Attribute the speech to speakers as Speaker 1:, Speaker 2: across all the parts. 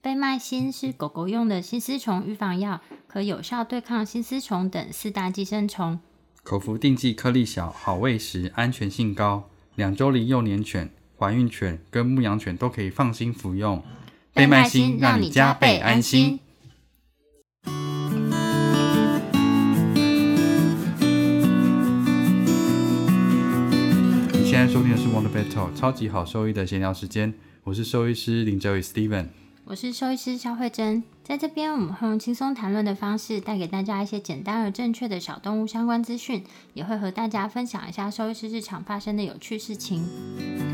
Speaker 1: 贝麦新是狗狗用的新丝虫预防药，可有效对抗新丝虫等四大寄生虫。
Speaker 2: 口服定剂颗粒小，好喂食，安全性高，两周龄幼年犬、怀孕犬跟牧羊犬都可以放心服用。贝麦新让你加倍安心。。你现在收听的是《Wonder Battle》超级好兽医的闲聊时间，我是兽医师林哲宇 Steven。
Speaker 1: 我是兽医师肖慧珍，在这边我们会用轻松谈论的方式，带给大家一些简单而正确的小动物相关资讯，也会和大家分享一下兽医师日常发生的有趣事情。嗯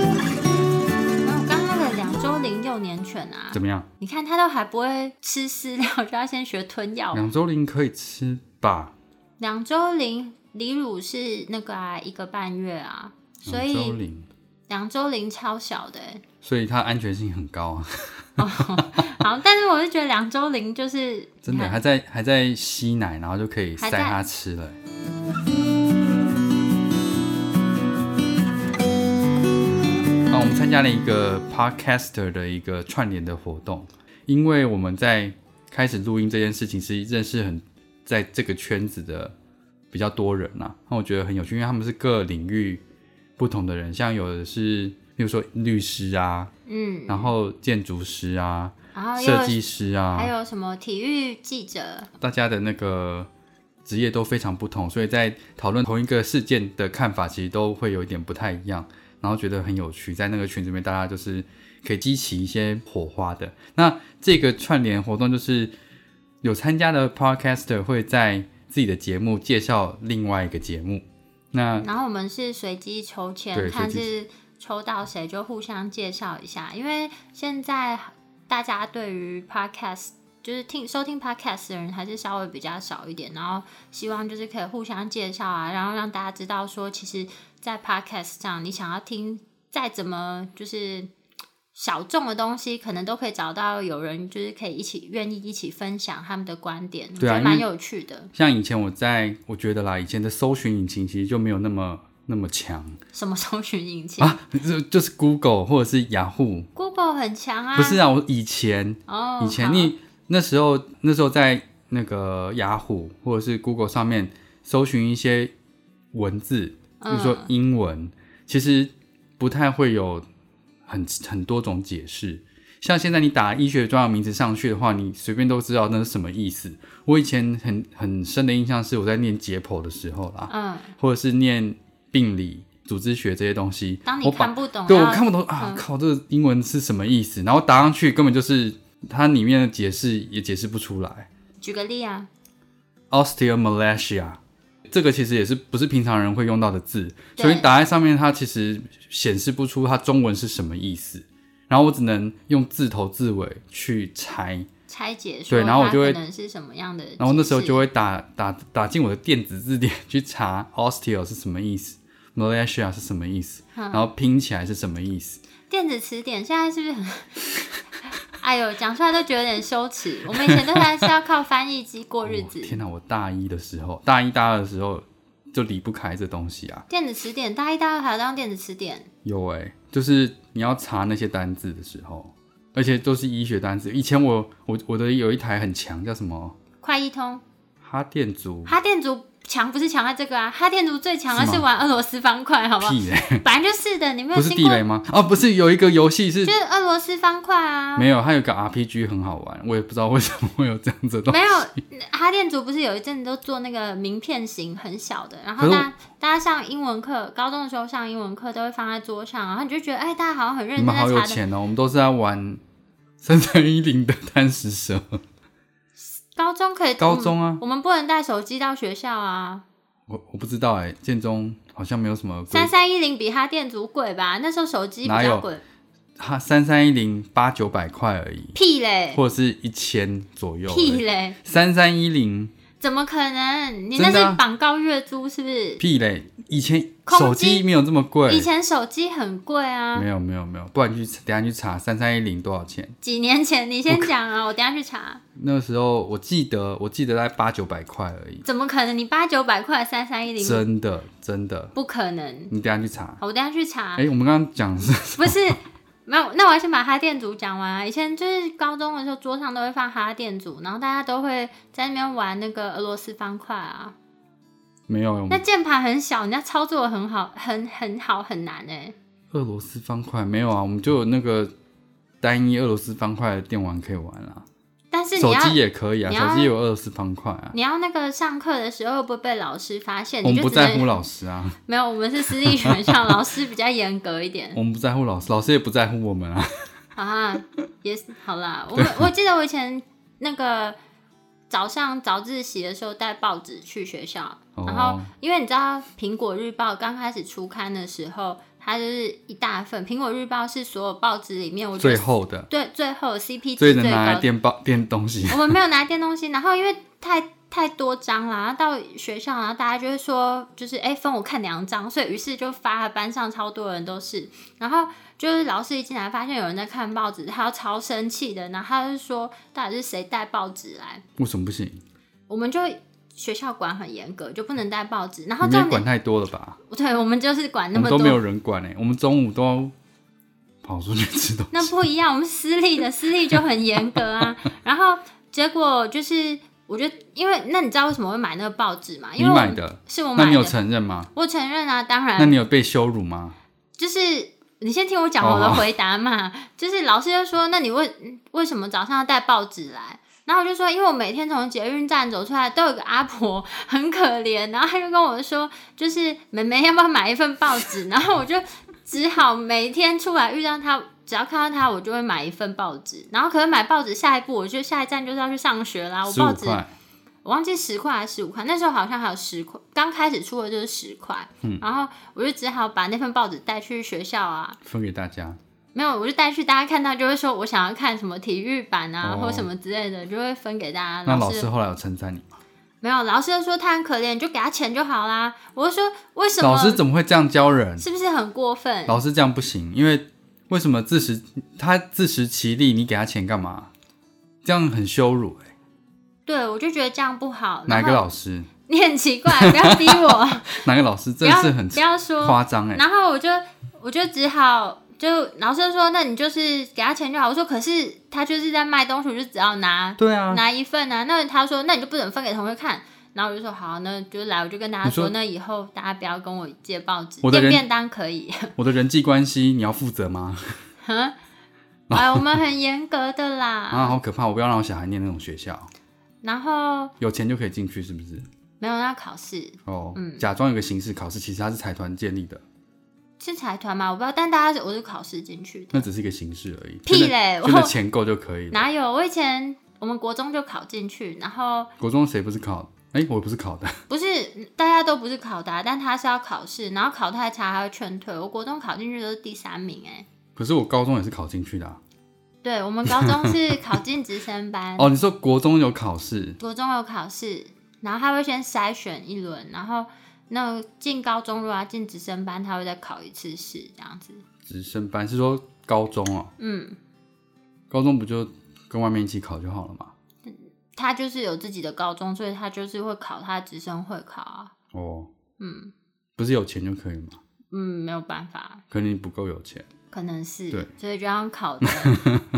Speaker 1: 然后刚刚那个两周龄幼年犬啊，
Speaker 2: 怎么样？
Speaker 1: 你看它都还不会吃饲料，就要先学吞药。
Speaker 2: 两周龄可以吃吧？
Speaker 1: 两周龄离乳是那个啊一个半月啊，所
Speaker 2: 两周
Speaker 1: 以
Speaker 2: 龄，
Speaker 1: 两周龄超小的欸、哦
Speaker 2: 所以它安全性很高啊！
Speaker 1: 好，但是我就觉得两周龄就是
Speaker 2: 真的，
Speaker 1: 你看
Speaker 2: 还在还在吸奶，然后就可以
Speaker 1: 还
Speaker 2: 塞
Speaker 1: 在
Speaker 2: 它吃了。啊，我们参加了一个 podcaster 的一个串联的活动，因为我们在开始录音这件事情是认识很在这个圈子的比较多人呐、那我觉得很有趣，因为他们是各领域不同的人，像有的是，例如说律师啊，
Speaker 1: 嗯，
Speaker 2: 然后建筑师啊，
Speaker 1: 然后又
Speaker 2: 设
Speaker 1: 有
Speaker 2: 计师啊，
Speaker 1: 还有什么体育记者，
Speaker 2: 大家的那个职业都非常不同，所以在讨论同一个事件的看法，其实都会有一点不太一样，然后觉得很有趣。在那个群里面，大家就是可以激起一些火花的。那这个串联活动就是有参加的 podcaster 会在自己的节目介绍另外一个节目，那
Speaker 1: 然后我们是随机抽签，
Speaker 2: 嗯对
Speaker 1: 看
Speaker 2: 随
Speaker 1: 是抽到谁就互相介绍一下，因为现在大家对于 podcast。就是听收听 podcast 的人还是稍微比较少一点，然后希望就是可以互相介绍啊，然后让大家知道说，其实，在 podcast 上你想要听再怎么就是小众的东西，可能都可以找到有人就是可以一起愿意一起分享他们的观点，我
Speaker 2: 对
Speaker 1: 觉
Speaker 2: 啊
Speaker 1: 得蛮
Speaker 2: 因为
Speaker 1: 有趣的。
Speaker 2: 像以前我在我觉得啦，以前的搜寻引擎其实就没有那么那么强
Speaker 1: 什么搜寻引擎、
Speaker 2: 啊，就就是 Google 或者是雅虎，
Speaker 1: g o o g l e 很强啊，
Speaker 2: 不是啊，我以前
Speaker 1: 哦，
Speaker 2: 以前
Speaker 1: 好
Speaker 2: 你那时候那时候在那个雅虎或者是 Google 上面搜寻一些文字，比如说
Speaker 1: 嗯
Speaker 2: 英文，其实不太会有很很多种解释。像现在你打医学专有名词上去的话，你随便都知道那是什么意思。我以前很很深的印象是我在念解剖的时候啦，
Speaker 1: 嗯，
Speaker 2: 或者是念病理、组织学这些东西，
Speaker 1: 当你
Speaker 2: 我把
Speaker 1: 看不懂，
Speaker 2: 对，
Speaker 1: 哦然后嗯
Speaker 2: 我看不懂啊！靠，这个英文是什么意思？然后答上去根本就是它里面的解释也解释不出来。
Speaker 1: 举个例啊，
Speaker 2: Osteomalacia 这个其实也是不是平常人会用到的字，
Speaker 1: 对
Speaker 2: 所以打在上面它其实显示不出它中文是什么意思。然后我只能用字头字尾去猜，
Speaker 1: 拆解说
Speaker 2: 对然后我
Speaker 1: 它
Speaker 2: 就会
Speaker 1: 可能是什么样的解释，
Speaker 2: 然后那时候就会打打打进我的电子字典去查 osteo 是什么意思，Malaysia 是什么意思，
Speaker 1: 嗯
Speaker 2: 然后拼起来是什么意思。
Speaker 1: 电子词典，现在是不是很？ 哎呦，讲出来都觉得有点羞耻。我们以前都还是要靠翻译机过日子
Speaker 2: 哦。天哪！我大一的时候，大一大二的时候就离不开这东西啊。
Speaker 1: 电子词典，大一、大二还要当电子词典，
Speaker 2: 有哎、就是你要查那些单字的时候，而且都是医学单字。以前我我我的有一台很强，叫什么
Speaker 1: 快一通。
Speaker 2: 哈电族
Speaker 1: 哈电族强不是强在这个啊，哈电族最强的
Speaker 2: 是吗
Speaker 1: 是玩俄罗斯方块，好不好？
Speaker 2: 屁嘞、
Speaker 1: 本来就是的，你没有
Speaker 2: 不是
Speaker 1: 听
Speaker 2: 地
Speaker 1: 过，
Speaker 2: 雷吗？啊，不是有一个游戏是
Speaker 1: 就是俄罗斯方块啊。
Speaker 2: 没有，它有个 RPG 很好玩，我也不知道为什么会有这样子的东西。
Speaker 1: 没有，哈店族不是有一阵子都做那个名片型很小的，然
Speaker 2: 可
Speaker 1: 后
Speaker 2: 是我
Speaker 1: 大大家上英文课，高中的时候上英文课都会放在桌上，然后你就觉得哎，大家好像很认真
Speaker 2: 你们好有
Speaker 1: 在查的。
Speaker 2: 钱哦，我们都是在玩三三一零的 贪食蛇。
Speaker 1: 高中可以，嗯
Speaker 2: 高中啊
Speaker 1: 我们，我们不能带手机到学校啊。
Speaker 2: 我我不知道哎、建中好像没有什么规
Speaker 1: 三三一零比哈店族贵吧？那时候手机比
Speaker 2: 哪
Speaker 1: 较
Speaker 2: 有
Speaker 1: 贵，
Speaker 2: 它三三一零八九百块而已，
Speaker 1: 屁嘞，
Speaker 2: 或者是一千左右而已。
Speaker 1: 屁嘞，
Speaker 2: 三三一零
Speaker 1: 怎么可能？你那
Speaker 2: 真的啊
Speaker 1: 是绑高月租是不是？
Speaker 2: 屁嘞！以前
Speaker 1: 空
Speaker 2: 手
Speaker 1: 机
Speaker 2: 机没有这么贵，
Speaker 1: 以前手机很贵啊
Speaker 2: 没，有没有没有，不然你去等一下去查三三一零多少钱？
Speaker 1: 几年前你先讲啊，我等一下去查。
Speaker 2: 那个时候我记得我记得大概八九百块而已，
Speaker 1: 怎么可能？你八九百块三三一零，
Speaker 2: 真的真的，
Speaker 1: 不可能。
Speaker 2: 你等一下去查。
Speaker 1: 好我等一下去查。
Speaker 2: 哎、我们刚刚讲 的是
Speaker 1: 不是，没有，那我要先把哈店组讲完啊。以前就是高中的时候，桌上都会放哈店组，然后大家都会在那边玩那个俄罗斯方块啊。
Speaker 2: 没有，我
Speaker 1: 那
Speaker 2: 们
Speaker 1: 键盘很小，人家操作很好，很很好，很难哎、
Speaker 2: 俄罗斯方块没有啊，我们就有那个单一俄罗斯方块的电玩可以玩啊，
Speaker 1: 但是你
Speaker 2: 手
Speaker 1: 要
Speaker 2: 机也可以啊，
Speaker 1: 你要
Speaker 2: 手机也有俄罗斯方块啊，
Speaker 1: 你要那个上课的时候会不会被老师发现？
Speaker 2: 我
Speaker 1: 你
Speaker 2: 们
Speaker 1: 就
Speaker 2: 不
Speaker 1: 只
Speaker 2: 在乎
Speaker 1: 能
Speaker 2: 老师啊，
Speaker 1: 没有，我们是私立学校，老师比较严格一点
Speaker 2: 我们不在乎老师，老师也不在乎我们啊。
Speaker 1: 啊。也是好啦，我我记得我以前那个早上早自习的时候带报纸去学校，然后
Speaker 2: 哦，
Speaker 1: 因为你知道《苹果日报》刚开始出刊的时候，它就是一大份，《苹果日报》是所有报纸里面我觉
Speaker 2: 最
Speaker 1: 得
Speaker 2: 后的
Speaker 1: 对最后 CP 值
Speaker 2: 最
Speaker 1: 最高
Speaker 2: 能拿来
Speaker 1: 的。
Speaker 2: 垫包垫东西，
Speaker 1: 我们没有拿电东西，然后因为太太多张啦，然后到学校，然后大家就会说，就是哎、分我看两张，所以于是就发了，班上超多人都是，然后就是老师一进来发现有人在看报纸，他要超生气的，然后他就说到底是谁带报纸来，
Speaker 2: 为什么不行？
Speaker 1: 我们就。学校管很严格，就不能带报纸。然后
Speaker 2: 你们
Speaker 1: 重
Speaker 2: 也管
Speaker 1: 点，
Speaker 2: 太多了吧？
Speaker 1: 对我们就是管那
Speaker 2: 我
Speaker 1: 么
Speaker 2: 们
Speaker 1: 多，
Speaker 2: 都没有人管哎、我们中午都跑出去吃东
Speaker 1: 那
Speaker 2: 西。
Speaker 1: 不一样，我们私立的私立就很严格啊。然后结果就是，我觉得，因为那你知道为什么会 买那个报纸吗？因
Speaker 2: 你
Speaker 1: 为我
Speaker 2: 买的，
Speaker 1: 是我
Speaker 2: 那
Speaker 1: 买
Speaker 2: 你有
Speaker 1: 的，
Speaker 2: 承认吗？
Speaker 1: 我承认啊，当
Speaker 2: 那
Speaker 1: 然
Speaker 2: 你有被羞辱吗？
Speaker 1: 就是。你先听我讲
Speaker 2: 哦
Speaker 1: 我的
Speaker 2: 好
Speaker 1: 回答嘛就是老师就说，那你为为什么早上要带报纸来？然后我就说，因为我每天从捷运站走出来都有个阿婆很可怜，然后她就跟我说，就是妹妹要不要买一份报纸？ 然后我就只好每天出来遇到他，只要看到他，我就会买一份报纸。然后可能买报纸，下一步我就下一站就是要去上学啦。啊我
Speaker 2: 十
Speaker 1: 报
Speaker 2: 五
Speaker 1: 纸
Speaker 2: 块，
Speaker 1: 我忘记十块还是十五块，那时候好像还有十块，刚开始出的就是十块。
Speaker 2: 嗯
Speaker 1: 然后我就只好把那份报纸带去学校啊，
Speaker 2: 分给大家。
Speaker 1: 没有，我就带去，大家看到就会说我想要看什么体育版啊，
Speaker 2: 哦
Speaker 1: 或什么之类的，就会分给大家。
Speaker 2: 那
Speaker 1: 啊老
Speaker 2: 老师后来有称赞你吗？
Speaker 1: 没有，老师就说他很可怜，你就给他钱就好啦。我就说为什么？
Speaker 2: 老师怎么会这样教人？
Speaker 1: 是不是很过分？
Speaker 2: 老师这样不行，因为为什么自食他自食其力？你给他钱干嘛？这样很羞辱哎、
Speaker 1: 对，我就觉得这样不好。
Speaker 2: 哪一个
Speaker 1: 然后
Speaker 2: 老师？
Speaker 1: 你很奇怪，不要逼我，
Speaker 2: 哪个老师
Speaker 1: 不
Speaker 2: 真的
Speaker 1: 要
Speaker 2: 是很
Speaker 1: 不要说
Speaker 2: 夸张哎！
Speaker 1: 然后我就我就只好就老师说，那你就是给他钱就好。我说可是他就是在卖东西，我就只要拿、
Speaker 2: 对啊，
Speaker 1: 拿一份啊。那他说那你就不能分给同学看。然后我就说好，那就来，我就跟大家
Speaker 2: 你
Speaker 1: 说，
Speaker 2: 说
Speaker 1: 那以后大家不要跟我借报纸，
Speaker 2: 我的
Speaker 1: 借
Speaker 2: 人
Speaker 1: 便当可 以。
Speaker 2: 我的人际关系你要负责吗？
Speaker 1: 哎，我们很严格的啦。
Speaker 2: 啊，好可怕！我不要让我小孩念那种学校，
Speaker 1: 然后
Speaker 2: 有钱就可以进去是不是？
Speaker 1: 没有要考试，
Speaker 2: 哦，
Speaker 1: 嗯
Speaker 2: 假装有个形式考试，其实它是财团建立的，
Speaker 1: 是财团嘛，我不知道，但大家我是考试进去的，
Speaker 2: 那只是一个形式而已。
Speaker 1: 屁
Speaker 2: 真的
Speaker 1: 嘞！
Speaker 2: 真的
Speaker 1: 我
Speaker 2: 钱够就可以了。
Speaker 1: 哪有？我以前我们国中就考进去，然后
Speaker 2: 国中谁不是考？哎、我不是考的，
Speaker 1: 不是大家都不是考答，但他是要考试，然后考太差还会劝退。我国中考进去都是第三名、哎，
Speaker 2: 可是我高中也是考进去的、啊。
Speaker 1: 对我们高中是考进直升班，
Speaker 2: 哦，你说国中有考试，
Speaker 1: 国中有考试，然后他会先筛选一轮，然后那进高中如果要进直升班，他会再考一次试，这样子。
Speaker 2: 直升班是说高中哦，
Speaker 1: 嗯，
Speaker 2: 高中不就跟外面一起考就好了嘛？
Speaker 1: 他就是有自己的高中，所以他就是会考他的直升会考啊。
Speaker 2: 哦，
Speaker 1: 嗯
Speaker 2: 不是有钱就可以吗？
Speaker 1: 嗯，没有办法，
Speaker 2: 可能你不够有钱，
Speaker 1: 可能是
Speaker 2: 对，
Speaker 1: 所以就要考 的。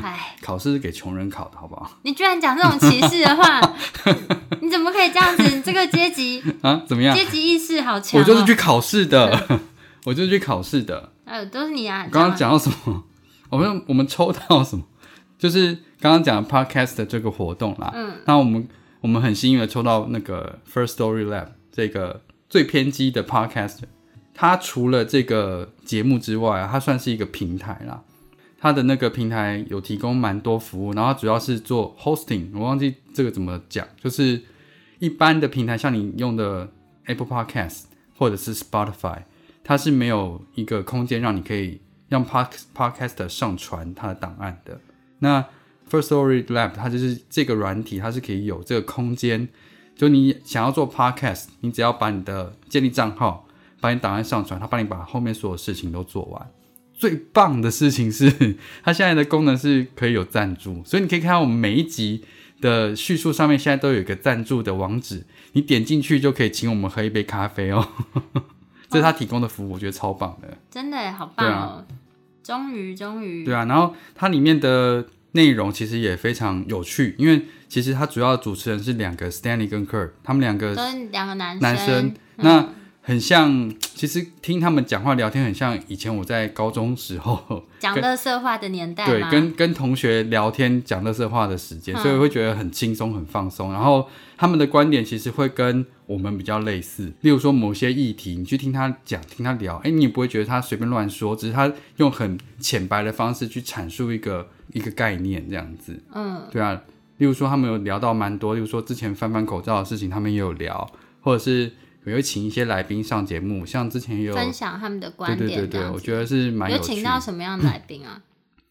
Speaker 1: 哎，
Speaker 2: 考试是给穷人考的，好不好？
Speaker 1: 你居然讲这种歧视的话，你怎么可以这样子？你这个阶 级
Speaker 2: 啊，怎么样？
Speaker 1: 阶级意识好强、哦！
Speaker 2: 我就是去考试的，我就是去考试的。
Speaker 1: 呃，都是你啊！
Speaker 2: 我刚刚
Speaker 1: 这样
Speaker 2: 讲到什么？ 我们我们抽到什么？就是刚刚讲的 podcast 的这个活动啦。嗯，那我们我们很幸运的抽到那个 First Story Lab 这个最偏激的 podcast。它除了这个节目之外、啊，它算是一个平台啦。它的那个平台有提供蛮多服务，然后它主要是做 hosting，我忘记这个怎么讲，就是一般的平台，像你用的 Apple Podcast 或者是 Spotify，它是没有一个空间让你可以让 pod podcast 上传它的档案的。那 First Story Lab 它就是这个软体，它是可以有这个空间，就你想要做 podcast，你只要把你的建立账号，把你档案上传，它帮你把后面所有事情都做完。最棒的事情是， 它现在的功能是可以有赞助，所以你可以看到我们每一集的叙述上面现在都有一个赞助的网址，你点进去就可以请我们喝一杯咖啡哦。 这是他提供的服务，我觉得超棒的。
Speaker 1: 真的耶好棒哦！终于，终于，
Speaker 2: 啊对啊，然后它里面的内容其实也非常有趣，因为其实它主要主持人是两个 Stanley 跟 Kurt，他们两个
Speaker 1: 都是两个男嗯
Speaker 2: 男生，那很像，其实听他们讲话聊天很像以前我在高中时候，
Speaker 1: 讲乐色话的年代
Speaker 2: 对
Speaker 1: 嘛，，
Speaker 2: 跟跟同学聊天讲乐色话的时间，
Speaker 1: 嗯
Speaker 2: 所以会觉得很轻松很放松。然后他们的观点其实会跟我们比较类似，例如说某些议题，你去听他讲、听他聊，哎，你也不会觉得他随便乱说，只是他用很浅白的方式去阐述一个一个概念这样子。
Speaker 1: 嗯，
Speaker 2: 对啊，例如说他们有聊到蛮多，例如说之前翻翻口罩的事情，他们也有聊，或者是也会请一些来宾上节目，像之前也有。
Speaker 1: 分享他们的
Speaker 2: 对
Speaker 1: 观
Speaker 2: 对对
Speaker 1: 点这
Speaker 2: 对，
Speaker 1: 样
Speaker 2: 我
Speaker 1: 子。
Speaker 2: 觉得是蛮
Speaker 1: 有
Speaker 2: 趣
Speaker 1: 请
Speaker 2: 的。
Speaker 1: 到什么样的来宾 啊？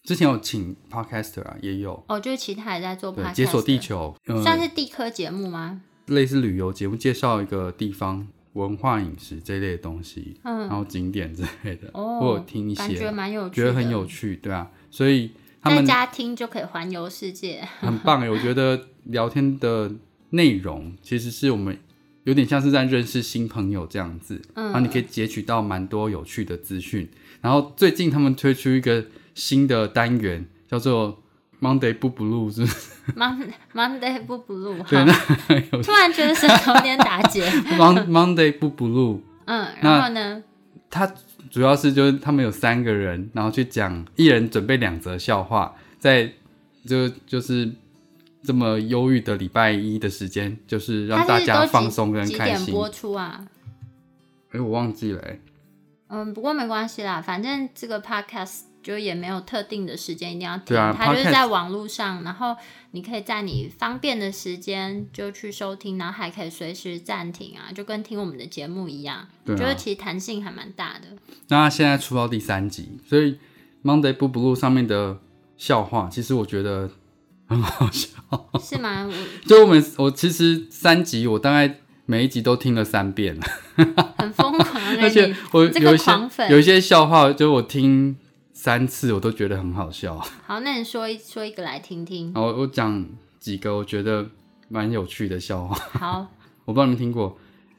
Speaker 2: 之前有请 podcaster 啊，也有
Speaker 1: 哦，就是其他也在做 p
Speaker 2: 对
Speaker 1: o
Speaker 2: 解锁地，球，呃，
Speaker 1: 算是地科节目吗？
Speaker 2: 类似旅游节目介绍一个地方文化饮食这类的东西，然
Speaker 1: 嗯，
Speaker 2: 后景点之类的，
Speaker 1: 哦
Speaker 2: 我有听一
Speaker 1: 感觉
Speaker 2: 些，
Speaker 1: 蛮有趣
Speaker 2: 觉
Speaker 1: 的，
Speaker 2: 得很有趣，对啊，所以他
Speaker 1: 在
Speaker 2: 们
Speaker 1: 家听就可以环游世界。
Speaker 2: 很棒 欸，我觉得聊天的内容其实是我们有点像是在认识新朋友这样子，然后你
Speaker 1: 嗯，
Speaker 2: 可以截取到蛮多有趣的资讯。然后最近他们推出一个新的单元，叫做 Monday 不 blue，是不是
Speaker 1: Monday Monday 不 blue，
Speaker 2: 对
Speaker 1: 好，突然觉得舌头有点打 结。
Speaker 2: Mon- Monday 不 blue。
Speaker 1: 嗯，
Speaker 2: 那
Speaker 1: 然后呢？
Speaker 2: 他主要是就是他们有三个人，然后去讲，一人准备两则笑话，在就就是这么忧郁的礼拜一的时间，就是让
Speaker 1: 它
Speaker 2: 大
Speaker 1: 是
Speaker 2: 家
Speaker 1: 都几
Speaker 2: 放松跟
Speaker 1: 几
Speaker 2: 开
Speaker 1: 点
Speaker 2: 心。
Speaker 1: 播出啊？
Speaker 2: 哎、我忘记了、欸，
Speaker 1: 嗯，不过没关系啦，反正这个 podcast 就也没有特定的时间一定要听，
Speaker 2: 对啊
Speaker 1: 它就是
Speaker 2: podcast
Speaker 1: 在网络上，然后你可以在你方便的时间就去收听，然后还可以随时暂停啊，就跟听我们的节目一样，
Speaker 2: 对啊
Speaker 1: 就是其实弹性还蛮 大的。
Speaker 2: 那现在出到第三集，所以 Monday Blue Blue 上面的笑话，其实我觉得很好笑。
Speaker 1: 是吗？我
Speaker 2: 就我们我其实三集我大概每一集都听了三遍了，
Speaker 1: 很疯狂、欸，
Speaker 2: 而且
Speaker 1: 你
Speaker 2: 我
Speaker 1: 这
Speaker 2: 有
Speaker 1: 个
Speaker 2: 一些
Speaker 1: 狂粉
Speaker 2: 有一些笑话，就我听三次我都觉得很好笑。
Speaker 1: 好，那你说一说一个来听听。
Speaker 2: 然后我讲几个我觉得蛮有趣的笑话，
Speaker 1: 好，
Speaker 2: 我不知道你们听过。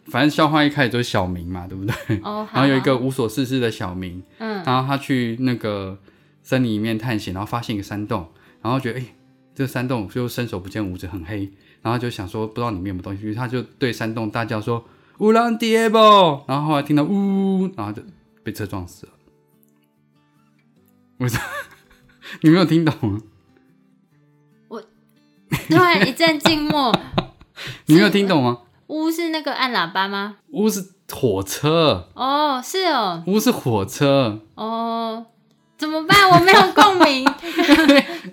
Speaker 2: 反正笑话一开始就是小明嘛，对不对？
Speaker 1: 哦，好
Speaker 2: 然后有一
Speaker 1: 好
Speaker 2: 个无所事事的小明，
Speaker 1: 嗯，
Speaker 2: 然后他去那个森林里面探险，然后发现一个山洞，然后觉得哎、诶这山洞就伸手不见五指，很黑，然后就想说不知道里面有没有东西，于是他就对山洞大叫说“乌浪跌不”，然后后来听到呜，然后就被车 撞死了。为啥？ 你没有听懂吗？
Speaker 1: 突然一阵静默。
Speaker 2: 你没有听懂吗？
Speaker 1: 乌是那个按喇叭吗？
Speaker 2: 乌是火车，
Speaker 1: 哦，是哦，
Speaker 2: 乌是火车。
Speaker 1: 哦，怎么办？我没有共 鸣。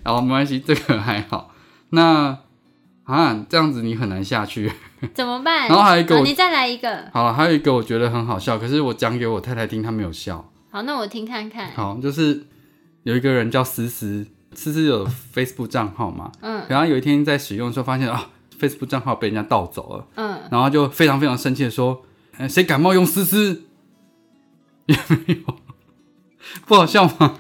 Speaker 2: 哦，没关系，这个还好。那啊，这样子你很难下去。
Speaker 1: 怎么办？
Speaker 2: 然后还有一个
Speaker 1: 好
Speaker 2: 我
Speaker 1: 你再来一个。
Speaker 2: 好了，还有一个我觉得很好笑，可是我讲给我太太听，她没有笑。
Speaker 1: 好，那我听看看。
Speaker 2: 好，就是有一个人叫思思，思思有 Facebook 账号嘛，
Speaker 1: 嗯
Speaker 2: 然后有一天在使用的时候发现啊，Facebook 账号被人家盗走了，
Speaker 1: 嗯，
Speaker 2: 然后就非常非常生气的说：“呃谁感冒用思思？” 也没有，不好笑吗？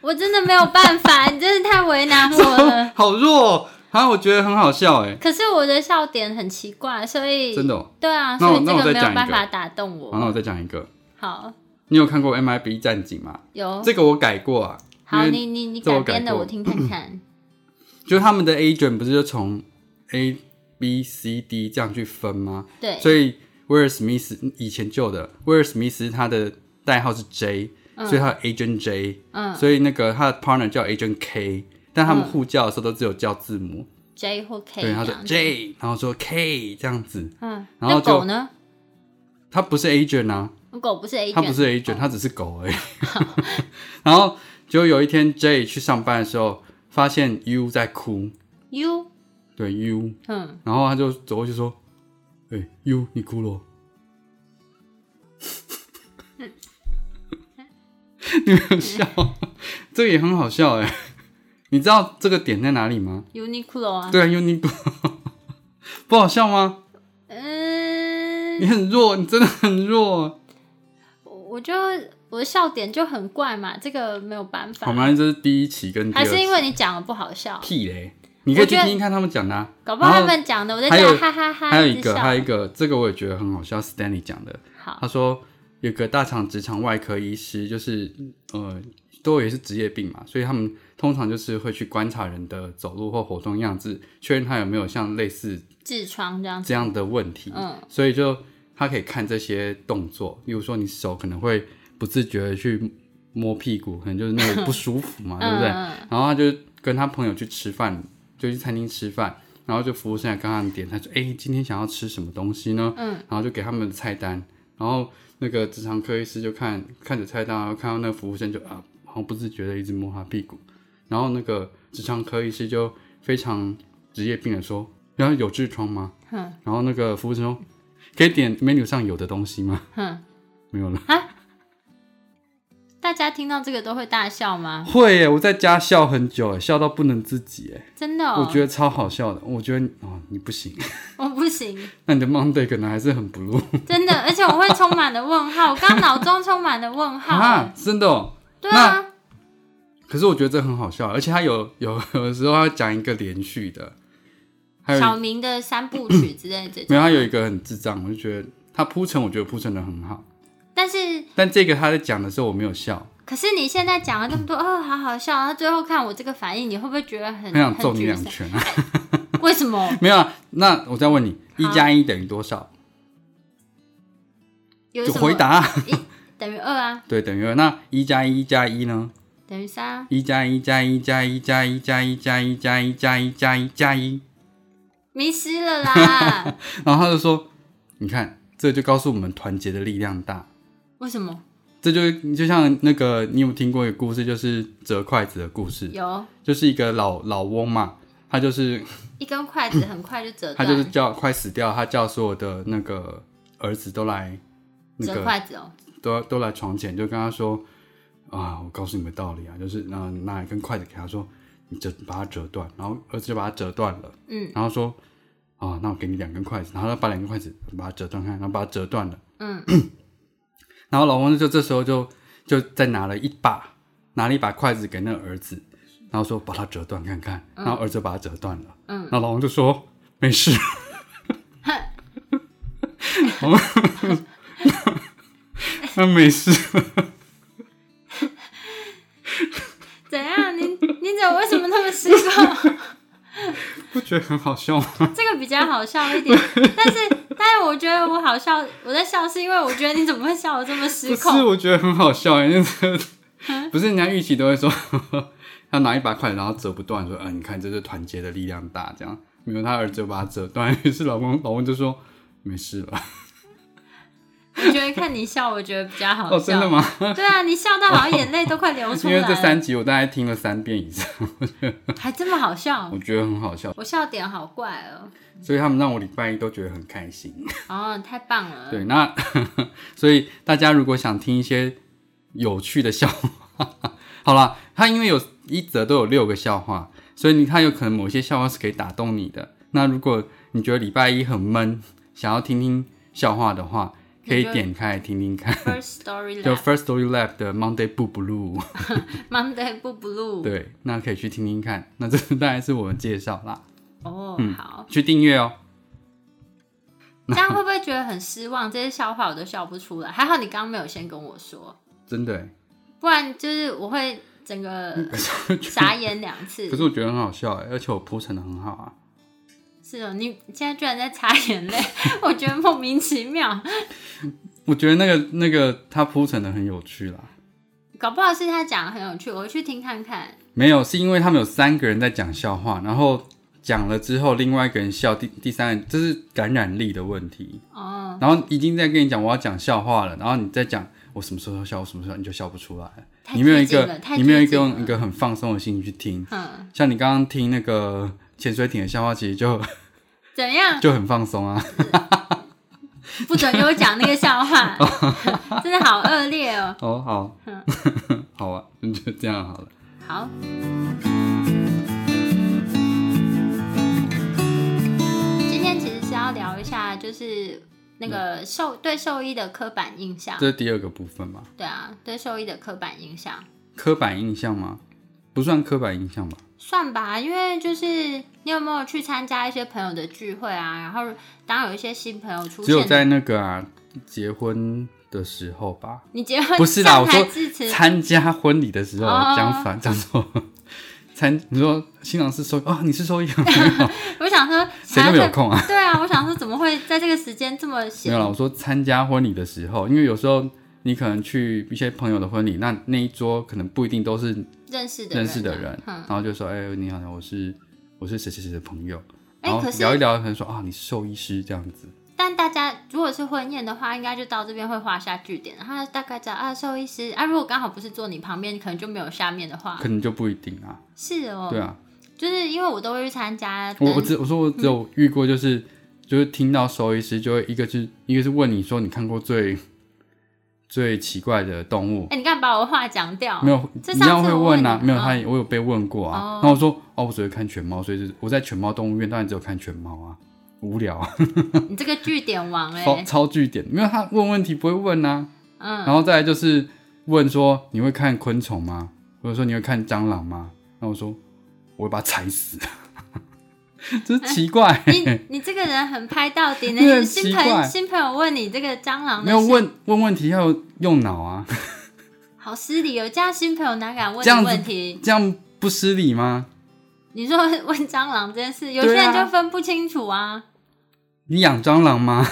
Speaker 1: 我真的没有办 法，你真是太为难我了。
Speaker 2: 好弱、哦，啊，我觉得很好笑哎、
Speaker 1: 可是我的笑点很奇怪，所以
Speaker 2: 真的、哦。
Speaker 1: 对啊，
Speaker 2: 那
Speaker 1: 所
Speaker 2: 我
Speaker 1: 以这
Speaker 2: 那我
Speaker 1: 个
Speaker 2: 再
Speaker 1: 没有
Speaker 2: 讲一
Speaker 1: 办
Speaker 2: 个
Speaker 1: 法打动我。
Speaker 2: 好，那我再讲一个，
Speaker 1: 好，
Speaker 2: 你有看过 MIB 战警吗？
Speaker 1: 有
Speaker 2: 这个我改过啊，因
Speaker 1: 好，
Speaker 2: 为
Speaker 1: 你你你
Speaker 2: 这我
Speaker 1: 改编
Speaker 2: 改
Speaker 1: 的，
Speaker 2: 过
Speaker 1: 我听看看。
Speaker 2: 就他们的 agent 不是就从 A B C D 这样去分吗？
Speaker 1: 对，
Speaker 2: 所以威尔史密斯以前旧的威尔史密斯他的代号是 J，、所以他有 agent J，、
Speaker 1: 嗯
Speaker 2: 所以那个他的 partner 叫 agent K，但他们
Speaker 1: 嗯
Speaker 2: 互叫的时候都只有叫字母，
Speaker 1: J 或 K
Speaker 2: 对，他
Speaker 1: 这
Speaker 2: 说
Speaker 1: 样子。
Speaker 2: J，然后说 K 这样子，
Speaker 1: 嗯，
Speaker 2: 然后
Speaker 1: 那
Speaker 2: 就
Speaker 1: 狗呢？
Speaker 2: 他不是 agent 啊，
Speaker 1: 狗不是 A
Speaker 2: 他
Speaker 1: 卷，
Speaker 2: 不是 A 卷，他只是狗而已。 然后就有一天 J 去上班的时候，发现 U 在哭，
Speaker 1: U，
Speaker 2: 对 U，
Speaker 1: 嗯，
Speaker 2: 然后他就走过去说：“哎、u 你哭了。”哦 你没有笑，这个也很好笑哎、你知道这个点在哪里吗？
Speaker 1: Uniqlo 啊，
Speaker 2: 对啊，U 你哭，不好笑吗？你很弱，你真的很
Speaker 1: 嗯
Speaker 2: 弱。
Speaker 1: 我嗯我就我的笑点就很怪嘛，这个没有办法
Speaker 2: 好。吗？这是第一期跟第
Speaker 1: 还
Speaker 2: 二期
Speaker 1: 是因为你讲的不好笑，
Speaker 2: 屁嘞，你可以
Speaker 1: 我
Speaker 2: 去
Speaker 1: 觉得
Speaker 2: 听听看他们讲的、啊。
Speaker 1: 搞不好他
Speaker 2: 然后
Speaker 1: 们讲的我在
Speaker 2: 还有
Speaker 1: 讲哈哈哈，
Speaker 2: 还有
Speaker 1: 直
Speaker 2: 一个，
Speaker 1: 笑
Speaker 2: 还有一个，这个我也觉得很好笑，Stanley 讲的，
Speaker 1: 好
Speaker 2: 他说有个大肠直肠外科医师，就是呃，都也是职业病嘛，所以他们通常就是会去观察人的走路或活动样子，确认他有没有像类似
Speaker 1: 痔疮这样子
Speaker 2: 这，样的问题，
Speaker 1: 嗯
Speaker 2: 所以就他可以看这些动作，例如说你手可能会不自觉的去摸屁股，可能就是那个不舒服 啊嘛，对不对？
Speaker 1: 嗯
Speaker 2: 然后他就跟他朋友去吃饭，就去餐厅吃饭，然后就服务生来跟他们点，他说：“哎、今天想要吃什么东西呢？”
Speaker 1: 嗯，
Speaker 2: 然后就给他们的菜单，然后那个直肠科医师就看看着菜单，然后看到那个服务生就啊，好像不自觉的一直摸他屁股，然后那个直肠科医师就非常职业病的说：“然后有痔疮吗？”
Speaker 1: 哼
Speaker 2: 然后那个服务生说：“可以点 menu 上有的东西吗
Speaker 1: 哼，？”
Speaker 2: 没有了。
Speaker 1: 嗯大家听到这个都会大笑吗？
Speaker 2: 会耶，我在家笑很久耶，笑到不能自己耶。
Speaker 1: 真的、哦，
Speaker 2: 我觉得超好笑的。我觉得你哦，你不行，
Speaker 1: 我不行，
Speaker 2: 那你的 Monday 可能还是很 blue
Speaker 1: 真的， 而且我会充满了问号，我刚脑中充满了问号。
Speaker 2: 啊，真的、哦。
Speaker 1: 对啊，
Speaker 2: 可是我觉得这很好笑，而且他有有有的时候他讲一个连续的，还有
Speaker 1: 小明的三部曲之类的这
Speaker 2: 没
Speaker 1: 种，
Speaker 2: 有他有一个很智障，我就觉得他铺陈，我觉得铺陈的很好。
Speaker 1: 但是
Speaker 2: 但这个他在讲的时候我没有笑，
Speaker 1: 可是你现在讲了这么多，哦，好好笑，那最后看我这个反应，你会不会觉得很
Speaker 2: 很想
Speaker 1: 很
Speaker 2: 揍你
Speaker 1: 沮
Speaker 2: 两
Speaker 1: 丧？
Speaker 2: 拳啊！
Speaker 1: 为什么？
Speaker 2: 没有啊，那我再问你，一加一等于多少？
Speaker 1: 有
Speaker 2: 就
Speaker 1: 什么
Speaker 2: 回答啊、
Speaker 1: 等于二啊，
Speaker 2: 对，等于二那一加一加一呢？
Speaker 1: 等于三啊，
Speaker 2: 一加一加一加一加一加一加一加一加一加一加一。
Speaker 1: 迷失了 啦。
Speaker 2: 然后他就说：“你看，这就告诉我们团结的力量大。
Speaker 1: 为什么？
Speaker 2: 这就就像那个，你有听过一个故事，就是折筷子的故事，
Speaker 1: 有
Speaker 2: 就是一个老老翁嘛，他就是
Speaker 1: 一根筷子很快就折
Speaker 2: 他
Speaker 1: 断，
Speaker 2: 就是叫快死掉，他叫所有的那个儿子都来那
Speaker 1: 折
Speaker 2: 个
Speaker 1: 筷子哦，
Speaker 2: 都都来床前，就跟他说啊，我告诉你们道理啊，就是那拿一根筷子给他说，你折把它折断，然后儿子就把它折断了。
Speaker 1: 嗯
Speaker 2: 然后说啊，那我给你两根筷子，然后他把两根筷子把它折断开，然后把它折断了，
Speaker 1: 嗯，
Speaker 2: 然后老翁就这时候就就再拿了一把拿了一把筷子给那个儿子，然后说把它折断看看，然后儿子把它折断了，
Speaker 1: 嗯，
Speaker 2: 然后老翁就说没事，那没事，
Speaker 1: 怎样？你你怎么为什么那么失 控？
Speaker 2: 不觉得很好笑吗？
Speaker 1: 这个比较好笑一点，但是但是我觉得我好笑，我在笑是因为我觉得你怎么会笑的这么失
Speaker 2: 不是，
Speaker 1: 控？
Speaker 2: 我觉得很好笑，欸因 为这个不是人家预期都会说 要拿一把筷子，然后折不断，说啊，你看这是团结的力量大，这样。没有，他儿子就把它折断，于是老公老公就说没事了。
Speaker 1: 我觉得看你笑，我觉得比较好
Speaker 2: 哦，
Speaker 1: 笑。啊
Speaker 2: 真的吗？
Speaker 1: 对啊，你笑到好像眼泪都快流出
Speaker 2: 因
Speaker 1: 来
Speaker 2: 为
Speaker 1: 了，
Speaker 2: 这三集我大概听了三遍以上，
Speaker 1: 还这么好笑
Speaker 2: 我，觉得很好笑，
Speaker 1: 我笑点好怪哦。
Speaker 2: 所以他们让我礼拜一都觉得很开心。
Speaker 1: 哦，太棒了。
Speaker 2: 对，那 所以大家如果想听一些有趣的笑话，好啦，它因为有一则都有六个笑话，所以你它有可能某些笑话是可以打动你的。那如果你觉得礼拜一很闷，想要听听笑话的话，可以
Speaker 1: 你就
Speaker 2: 点开来听听看。
Speaker 1: First Story
Speaker 2: 就
Speaker 1: Lab
Speaker 2: First Story Lab 的 Monday Boo Blue，
Speaker 1: Monday 不 blue。
Speaker 2: 对，那可以去听听看。那这大概是我的介绍啦，
Speaker 1: 哦，
Speaker 2: 嗯
Speaker 1: 好，
Speaker 2: 去订阅哦。
Speaker 1: 这样会不会觉得很失望？这些笑话我都笑不出来。还好你刚刚没有先跟我说，
Speaker 2: 真的耶，欸
Speaker 1: 不然就是我会整个傻眼两次
Speaker 2: 嗯 可。是我觉得很好笑欸耶，而且我铺陈的很好啊。
Speaker 1: 是哦，你现在居然在擦眼泪， 我觉得莫名其妙。
Speaker 2: 我觉得那个那个它铺陈的很有趣啦。
Speaker 1: 搞不好是他讲的很有趣，我去听看看。
Speaker 2: 没有，是因为他们有三个人在讲笑话，然后讲了之后，另外一个人笑，第第三个人这是感染力的问题。
Speaker 1: 哦，
Speaker 2: 然后已经在跟你讲我要讲笑话了，然后你再讲我什么时候笑，我什么时候你就笑不出来了。
Speaker 1: 太
Speaker 2: 你没有一
Speaker 1: 激进
Speaker 2: 个
Speaker 1: 了，太
Speaker 2: 你没有一
Speaker 1: 激
Speaker 2: 个
Speaker 1: 进了
Speaker 2: 用一个很放松的心情去听。
Speaker 1: 嗯，
Speaker 2: 像你刚刚听那个潜水艇的笑话，其 实就？
Speaker 1: 怎样
Speaker 2: 就很放松啊。
Speaker 1: 不准给我讲那个笑 话，真的好恶劣哦。
Speaker 2: 哦，好， 好啊，那就这样好了。
Speaker 1: 嗯好，今天其实是要聊一下，就是那个兽对兽医的刻板印象
Speaker 2: 这。是第二个部分嘛？
Speaker 1: 对啊，对兽医的刻板印象
Speaker 2: 刻板印象吗？不算刻板印象吧？
Speaker 1: 算吧，因为就是你有没有去参加一些朋友的聚会啊？然后当有一些新朋友出现，
Speaker 2: 只有在那个啊结婚的时候吧，
Speaker 1: 你结婚
Speaker 2: 不是啦
Speaker 1: 上
Speaker 2: 我
Speaker 1: 台
Speaker 2: 说
Speaker 1: 致辞
Speaker 2: 参加婚礼的时候
Speaker 1: 哦
Speaker 2: 讲反讲错。参 你说新郎是收哦，你是收银，没 有
Speaker 1: 我想说，
Speaker 2: 谁都没有空啊。
Speaker 1: 对啊，我想说怎么会在这个时间这么
Speaker 2: 没
Speaker 1: 闲
Speaker 2: 有？啦，我说参加婚礼的时候，因为有时候你可能去一些朋友的婚礼，那那一桌可能不一定都是
Speaker 1: 认识的
Speaker 2: 认识的
Speaker 1: 啊
Speaker 2: 人，
Speaker 1: 嗯
Speaker 2: 然，后就说：“哎、你好，我是我是谁谁谁的朋友。”
Speaker 1: 哎
Speaker 2: 然后
Speaker 1: 可是
Speaker 2: 聊一聊，可能说：“啊，你是兽医师这样子。
Speaker 1: 但大家如果是婚宴的话，应该就到这边会画下句点，然后大概知道啊，兽医师啊，如果刚好不是坐你旁边，可能就没有下面的”话
Speaker 2: 可，能就不一定啊，
Speaker 1: 是哦，
Speaker 2: 对啊。
Speaker 1: 就是因为我都会去参加
Speaker 2: 我
Speaker 1: 灯，
Speaker 2: 我只我说我只有遇过，就是、就是听到兽医师，就会一个是一个是问你说你看过最最奇怪的动物，
Speaker 1: 哎、你干嘛把我话讲掉？
Speaker 2: 没有，
Speaker 1: 这
Speaker 2: 你
Speaker 1: 哦上
Speaker 2: 要
Speaker 1: 次
Speaker 2: 会
Speaker 1: 我
Speaker 2: 问
Speaker 1: 问
Speaker 2: 啊，
Speaker 1: 你
Speaker 2: 没有
Speaker 1: 哦
Speaker 2: 他，我有被问过啊。然后我说哦，我只会看犬猫，所以就是我在犬猫动物园当然只有看犬猫啊，无聊啊，
Speaker 1: 你这个据点王哎、
Speaker 2: 超超据点，没有他问问题不会问啊。
Speaker 1: 嗯，
Speaker 2: 然后再来就是问说你会看昆虫吗？或者说你会看蟑螂吗？那我说我会把它踩死， 真是奇怪、
Speaker 1: 你你这个人很拍到 底呢，
Speaker 2: 你很
Speaker 1: 新
Speaker 2: 奇
Speaker 1: 朋
Speaker 2: 怪
Speaker 1: 新朋友问你这个蟑螂的
Speaker 2: 没有
Speaker 1: 事，
Speaker 2: 问问问题要用脑啊，
Speaker 1: 好失礼哦，这样新朋友哪敢问
Speaker 2: 这样
Speaker 1: 你
Speaker 2: 子
Speaker 1: 问题？
Speaker 2: 这样不失礼吗？
Speaker 1: 你说问蟑螂这件事，有些
Speaker 2: 对啊
Speaker 1: 人就分不清楚啊，
Speaker 2: 你养蟑螂吗？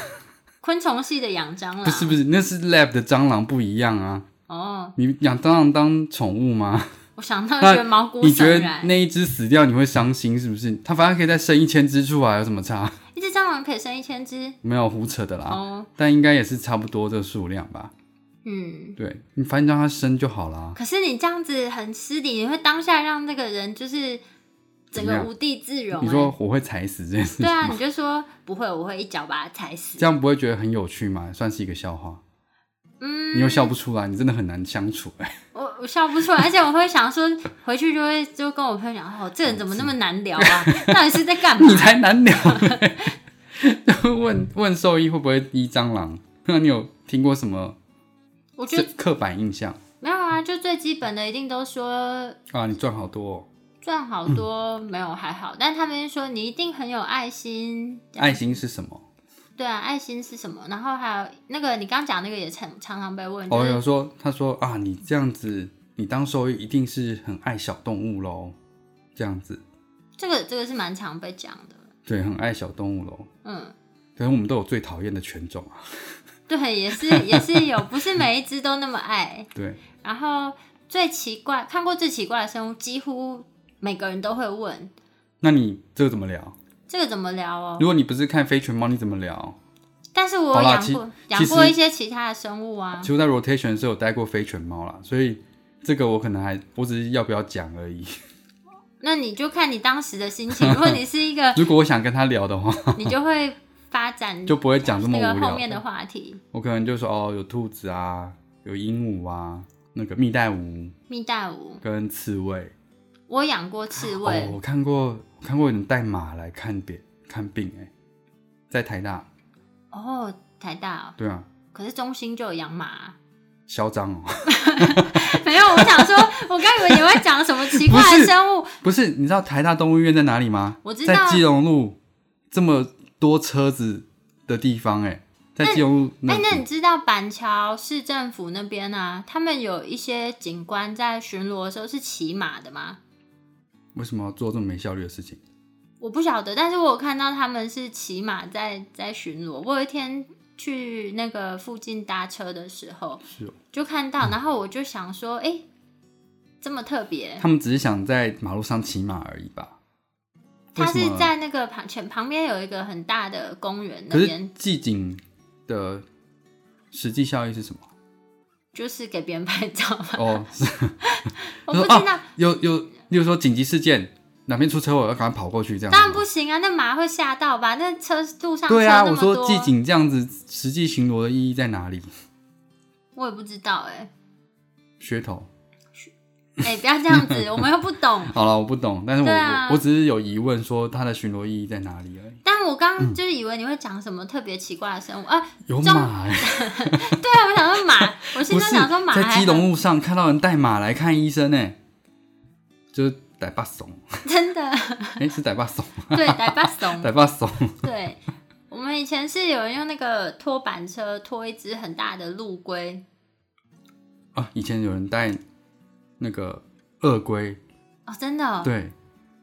Speaker 1: 昆虫系的养蟑螂，
Speaker 2: 不是不是，那是 lab 的蟑螂不一样啊。
Speaker 1: 哦，
Speaker 2: 你养蟑螂当宠 物吗？
Speaker 1: 我想到
Speaker 2: 那
Speaker 1: 觉得毛骨
Speaker 2: 你觉
Speaker 1: 悚
Speaker 2: 得
Speaker 1: 然。
Speaker 2: 那一只死掉你会伤心是不是？它反正可以再生一千只出来，有什么差？
Speaker 1: 一只蟑螂可以生一千只
Speaker 2: 没有胡扯的啦，
Speaker 1: 哦，
Speaker 2: 但应该也是差不多这数量吧。
Speaker 1: 嗯。
Speaker 2: 对你反正让它生就好啦。
Speaker 1: 可是你这样子很失礼，你会当下让那个人就是整
Speaker 2: 怎么
Speaker 1: 个
Speaker 2: 样
Speaker 1: 无地自容、欸。
Speaker 2: 你说我会踩死这件事情
Speaker 1: 对啊，
Speaker 2: 吗，
Speaker 1: 你就说不会，我会一脚把它踩死
Speaker 2: 这。样不会觉得很有趣吗？算是一个笑话，
Speaker 1: 嗯，
Speaker 2: 你又笑不出来，你真的很难相处、哎，
Speaker 1: 我我笑 不出来，而且我会想说，回去就会就跟我朋友讲，哦，这人怎么那么难聊 啊？到底是在 干嘛？
Speaker 2: 你才难聊、 哎就问问兽医会不会医蟑螂？那你有听过什么
Speaker 1: 我觉
Speaker 2: 这
Speaker 1: 得
Speaker 2: 刻板印象
Speaker 1: 没有啊，就最基本的一定都说
Speaker 2: 啊？你赚好多、哦，
Speaker 1: 赚好多、没有还好，但他们说你一定很有爱心，
Speaker 2: 爱心是什么？
Speaker 1: 对啊，爱心是什么？然后还有那个你刚讲那个也常常常被问，就
Speaker 2: 哦，
Speaker 1: 是、
Speaker 2: 有说他说啊，你这样子，你当兽医一定是很爱小动物喽，这样子，
Speaker 1: 这个这个是蛮常被讲的，
Speaker 2: 对，很爱小动物喽。
Speaker 1: 嗯，
Speaker 2: 可是我们都有最讨厌的犬种啊，
Speaker 1: 对，也是也是有，不是每一只都那么爱。
Speaker 2: 对，
Speaker 1: 然后最奇怪，看过最奇怪的生物，几乎每个人都会问，
Speaker 2: 那你这个怎么聊？
Speaker 1: 这个怎么聊哦？
Speaker 2: 如果你不是看非犬猫，你怎么聊？
Speaker 1: 但是我
Speaker 2: 好
Speaker 1: 有
Speaker 2: 啦
Speaker 1: 养
Speaker 2: 其
Speaker 1: 过养
Speaker 2: 其实
Speaker 1: 过一些其他的生物啊
Speaker 2: 其，实我在 rotation 是有待过非犬猫啦，所以这个我可能还我只是要不要讲而已。
Speaker 1: 那你就看你当时的心情。如果你是一 个，
Speaker 2: 如果我想跟他聊的话，
Speaker 1: 你就会发展
Speaker 2: 就不会讲这么
Speaker 1: 那个
Speaker 2: 无
Speaker 1: 后
Speaker 2: 聊
Speaker 1: 面的
Speaker 2: 的。
Speaker 1: 话题，
Speaker 2: 我可能就说哦，有兔子啊，有鹦鹉啊，那个蜜袋鼯
Speaker 1: 蜜袋鼯。
Speaker 2: 跟刺猬。
Speaker 1: 我养过刺猬，
Speaker 2: 哦，我看过，我看过有人带马来看病看病哎、在台大，
Speaker 1: 哦台大哦、
Speaker 2: 对啊，
Speaker 1: 可是中心就有养马啊、
Speaker 2: 嚣张哦。
Speaker 1: 没有，我想说，我刚以为你会讲什么奇怪
Speaker 2: 不
Speaker 1: 的
Speaker 2: 是
Speaker 1: 生物，
Speaker 2: 不是，你知道台大动物医院在哪里吗？
Speaker 1: 我知道哎
Speaker 2: 在基隆路这么多车子的地方、哎，在基隆路那
Speaker 1: 哎、
Speaker 2: 里。
Speaker 1: 那你知道板桥市政府那边啊，他们有一些警官在巡逻的时候是骑马的吗？
Speaker 2: 为什么要做这么没效率的事情？
Speaker 1: 哎我不晓得，但是我有看到他们是骑马在在巡逻。我有一天去那个附近搭车的时候，
Speaker 2: 是哦
Speaker 1: 就看到，然后我就想说，哎、这么特别，
Speaker 2: 他们只是想在马路上骑马而已吧？
Speaker 1: 它
Speaker 2: 为什
Speaker 1: 是
Speaker 2: 么啊
Speaker 1: 在那个旁前旁边有一个很大的公园那
Speaker 2: 可是
Speaker 1: 边，
Speaker 2: 季景的实际效益是 什么？
Speaker 1: 就是给别人拍照嘛。
Speaker 2: 哦， 是
Speaker 1: 我不知
Speaker 2: 他说
Speaker 1: 道，
Speaker 2: 有有，例如说紧急事件，哪边出车祸，要赶快跑过去这样子
Speaker 1: 当然
Speaker 2: 吗。
Speaker 1: 不行啊，那马会吓到吧？那车路上车
Speaker 2: 对啊，
Speaker 1: 那
Speaker 2: 我
Speaker 1: 么多，
Speaker 2: 说季景这样子实际巡逻的意义在哪里？
Speaker 1: 我也不知道哎、
Speaker 2: 噱头
Speaker 1: 欸哎、不要这样 子，我们又不懂。
Speaker 2: 好了，我不懂，但是我、
Speaker 1: 对啊
Speaker 2: 我我只是有疑问，说它的巡逻意义在哪里而已。
Speaker 1: 但我刚
Speaker 2: 嗯
Speaker 1: 刚就是以为你会讲什么特别奇怪的生物啊，
Speaker 2: 有
Speaker 1: 中
Speaker 2: 马、欸，
Speaker 1: 对啊，我想说 马，我心中
Speaker 2: 不是
Speaker 1: 想说马
Speaker 2: 在
Speaker 1: 还
Speaker 2: 基隆路上看到人带马来看医生呢、欸就是逮巴 怂，
Speaker 1: 真 的
Speaker 2: 哎、是逮巴怂，
Speaker 1: 对逮巴怂，
Speaker 2: 逮巴怂，
Speaker 1: 对。我们以前是有人用那个拖板车拖一只很大的陆龟，
Speaker 2: 啊，以前有人带那个鳄龟，
Speaker 1: 哦，真的哦，
Speaker 2: 对，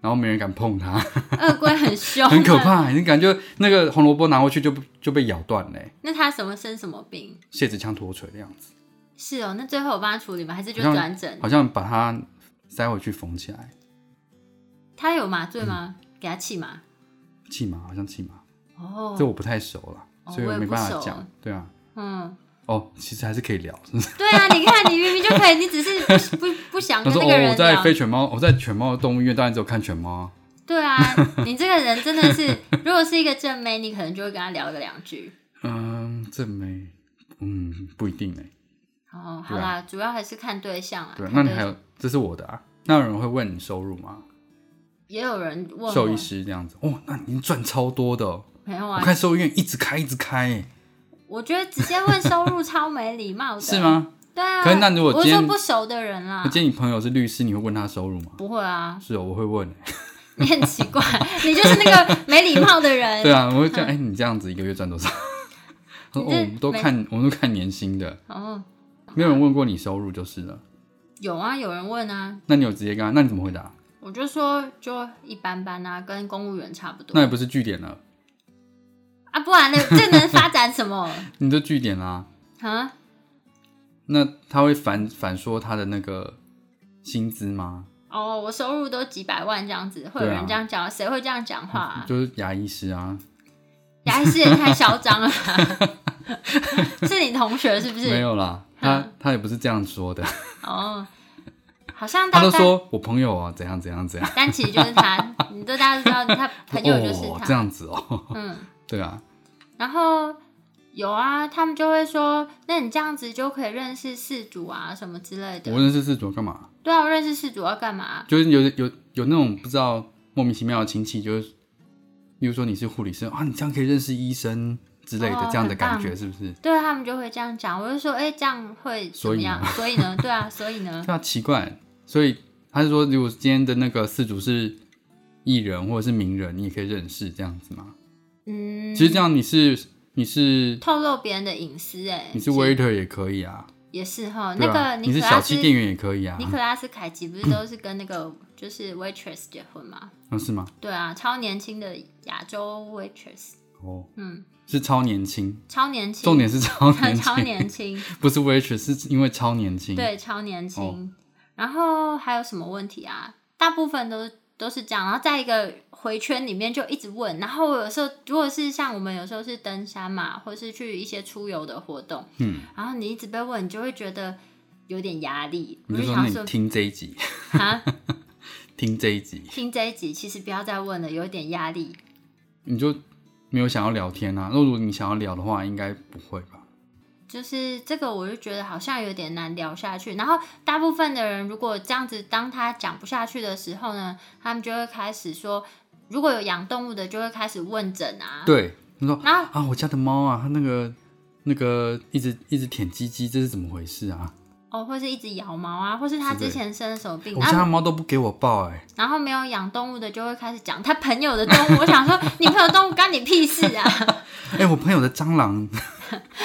Speaker 2: 然后没人敢碰它，
Speaker 1: 鳄龟很凶， 啊
Speaker 2: 很可。 怕、你感觉那个红萝卜拿过去就就被咬断嘞、
Speaker 1: 那它什么生什么病？
Speaker 2: 蟹子枪脱垂的样子，
Speaker 1: 是哦，那最后我帮它处理吗？还是就
Speaker 2: 好像
Speaker 1: 转诊？
Speaker 2: 好像把它塞回去缝起来，
Speaker 1: 它有麻醉吗？给它气麻。
Speaker 2: 气麻好像气麻，
Speaker 1: 哦，
Speaker 2: 这我不太熟了，
Speaker 1: 哦
Speaker 2: 所以
Speaker 1: 我也
Speaker 2: 没
Speaker 1: 不
Speaker 2: 办法
Speaker 1: 熟
Speaker 2: 讲，对啊，
Speaker 1: 嗯，
Speaker 2: 哦，其实还是可以聊，是 不是？
Speaker 1: 对啊，你看你明明就可以， 你只是不不不想
Speaker 2: 他
Speaker 1: 跟
Speaker 2: 说：“
Speaker 1: 那
Speaker 2: 哦
Speaker 1: 个，
Speaker 2: 我
Speaker 1: 人
Speaker 2: 在
Speaker 1: 聊。
Speaker 2: 非犬猫，我在犬猫动物医院，当然只有看犬猫啊。
Speaker 1: 对 啊，你这个人真的是，如果是一个正妹，你可能就会跟他聊个两句。
Speaker 2: 嗯，这没，嗯，不一定哎。
Speaker 1: 哦，好
Speaker 2: 对啊
Speaker 1: 啦，主要还是看对象啊。
Speaker 2: 对啊，
Speaker 1: 看
Speaker 2: 那
Speaker 1: 对
Speaker 2: 你还有，这是我的啊。那有人会问你收入吗？
Speaker 1: 也有人问
Speaker 2: 兽医
Speaker 1: 我，
Speaker 2: 师这样子，哦，那你赚超多的哦、
Speaker 1: 没有
Speaker 2: 我
Speaker 1: 啊？
Speaker 2: 看兽医院一直开，一直开欸，
Speaker 1: 我觉得直接问收入超没礼貌的，
Speaker 2: 是？吗？
Speaker 1: 对啊。
Speaker 2: 可是那如果
Speaker 1: 我
Speaker 2: 今
Speaker 1: 是
Speaker 2: 天
Speaker 1: 说不熟的人啦
Speaker 2: 那，今天你朋友是律师，你会问他收入吗？
Speaker 1: 不会啊，
Speaker 2: 是哦，我会问欸。
Speaker 1: 你很奇怪，你就是那个没礼貌的人。
Speaker 2: 对啊，我会讲，哎，你这样子一个月赚多少？ 他
Speaker 1: 你
Speaker 2: 说，哦，
Speaker 1: 这
Speaker 2: 我们都
Speaker 1: 没
Speaker 2: 看，我们都看年薪的，
Speaker 1: 哦，
Speaker 2: 没有人问过你收入就是了。
Speaker 1: 有啊，有人问啊，
Speaker 2: 那你有直接跟他，那你怎么回答？
Speaker 1: 我就说就一般般啊，跟公务员差不多
Speaker 2: 那也不是据点了，
Speaker 1: 啊，不然呢，这能发展什 么
Speaker 2: 你就据点啦。
Speaker 1: 啊？
Speaker 2: 那他会反反说他的那个薪资吗？
Speaker 1: 哦，我收入都几百万这样子，会有
Speaker 2: 对啊
Speaker 1: 人这样讲？谁会这样讲话、啊？
Speaker 2: 就是牙医师啊，
Speaker 1: 牙医师也太嚣张 了 吧，是你同学是不嗯
Speaker 2: 没
Speaker 1: 是？
Speaker 2: 有啦，他他也不是这样说的，
Speaker 1: 哦，好像
Speaker 2: 他
Speaker 1: 大
Speaker 2: 都
Speaker 1: 家，
Speaker 2: 说我朋友啊怎样怎样怎样，
Speaker 1: 但其实就是 他，你都大家都知道，他朋友就是
Speaker 2: 哦这
Speaker 1: 他，
Speaker 2: 样子哦，
Speaker 1: 嗯，
Speaker 2: 对啊，
Speaker 1: 然后。有啊，他们就会说，那你这样子就可以认识事主啊，什么之类的
Speaker 2: 我。认识事主干嘛？
Speaker 1: 对啊，我认识事主要干嘛？
Speaker 2: 就是有有有那种不知道莫名其妙的亲戚，就是，例如说你是护理师啊，你这样可以认识医生之类的、
Speaker 1: 哦
Speaker 2: 这样的感
Speaker 1: 很
Speaker 2: 觉是不是？
Speaker 1: 对啊他们就会这样讲，我就说，哎、这样会怎
Speaker 2: 所
Speaker 1: 么
Speaker 2: 以
Speaker 1: 样
Speaker 2: 呢？
Speaker 1: 所以呢，对啊，所以呢，
Speaker 2: 对啊，奇怪，所以他是说，如果今天的那个事主是艺人或者是名人，你也可以认识这样子吗？
Speaker 1: 嗯，
Speaker 2: 其实这样你是你是
Speaker 1: 透露别人的隐私、哎，
Speaker 2: 你是 waiter 也可以啊，
Speaker 1: 也是哈，
Speaker 2: 对
Speaker 1: 哦那
Speaker 2: 啊，
Speaker 1: 个
Speaker 2: 你
Speaker 1: 尼
Speaker 2: 是
Speaker 1: 可
Speaker 2: 小
Speaker 1: 拉
Speaker 2: 七
Speaker 1: 斯
Speaker 2: 店员也可以啊
Speaker 1: 尼，可拉斯凯奇不是都是跟那个就是 waitress 结婚吗？
Speaker 2: 嗯是吗？
Speaker 1: 对啊，超年轻的亚洲 waitress，
Speaker 2: 哦，
Speaker 1: 嗯，
Speaker 2: 是超年轻，
Speaker 1: 超年轻，
Speaker 2: 重点是超年 轻，
Speaker 1: 超年轻，
Speaker 2: 不是 waitress，是因为超年轻。，哦
Speaker 1: 对，超年轻。然后还有什么问题啊？大部分都都是这样，然后在一个回圈里面就一直问。然后我有时候如果是像我们有时候是登山嘛，或是去一些出游的活动，
Speaker 2: 嗯，
Speaker 1: 然后你一直被问，你就会觉得有点压力。我
Speaker 2: 你就说
Speaker 1: 想
Speaker 2: 你
Speaker 1: 说
Speaker 2: 听这一集，
Speaker 1: 啊，
Speaker 2: 听这一集，
Speaker 1: 听这一集其实不要再问了，有点压力。
Speaker 2: 你就没有想要聊天啊？那如果你想要聊的话，应该不会吧？
Speaker 1: 就是这个，我就觉得好像有点难聊下去。然后大部分的人如果这样子，当他讲不下去的时候呢，他们就会开始说，如果有养动物的，就会开始问诊啊。
Speaker 2: 对，他说
Speaker 1: 然后
Speaker 2: 啊，我家的猫啊，它那个那个一直一直舔鸡鸡，这是怎么回事啊？
Speaker 1: 哦，或是一直咬毛啊，或是他
Speaker 2: 之类
Speaker 1: 之前生了什么病，
Speaker 2: 我
Speaker 1: 然
Speaker 2: 家
Speaker 1: 后
Speaker 2: 的猫都不给我 抱、哎，
Speaker 1: 然后没有养动物的就会开始讲他朋友的动物。我想说，你朋友动物干你屁事啊？
Speaker 2: 哎、我朋友的蟑螂，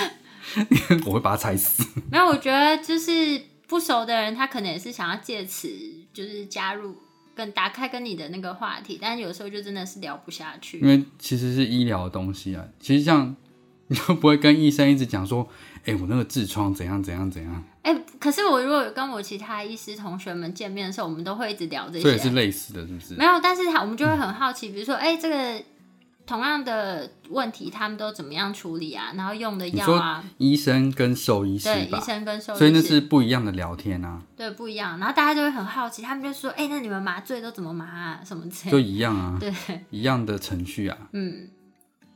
Speaker 2: 我会把它踩死。
Speaker 1: 没有，我觉得就是不熟的人，他可能也是想要借此就是加入。跟打开跟你的那个话题，但有时候就真的是聊不下去。
Speaker 2: 因为其实是医疗的东西啊，其实像你就不会跟医生一直讲说，哎、我那个痔疮怎样怎样怎样，
Speaker 1: 哎、可是我如果有跟我其他医师同学们见面的时候，我们都会一直聊这
Speaker 2: 所以是
Speaker 1: 些。
Speaker 2: 类似的，是不是？
Speaker 1: 没有，但是他我们就会很好奇，比如说，哎、这个同样的问题，他们都怎么样处理啊？然后用的
Speaker 2: 你
Speaker 1: 药
Speaker 2: 说
Speaker 1: 啊，
Speaker 2: 医生跟兽医师
Speaker 1: 对，医
Speaker 2: 吧，
Speaker 1: 生跟兽
Speaker 2: 所以那
Speaker 1: 医
Speaker 2: 是
Speaker 1: 师
Speaker 2: 不一样的聊天啊，
Speaker 1: 对不一样。然后大家就会很好奇，他们就说，哎、那你们麻醉都怎么麻、啊、什么之
Speaker 2: 就
Speaker 1: 类的。
Speaker 2: 一样啊，
Speaker 1: 对，
Speaker 2: 一样的程序啊，
Speaker 1: 嗯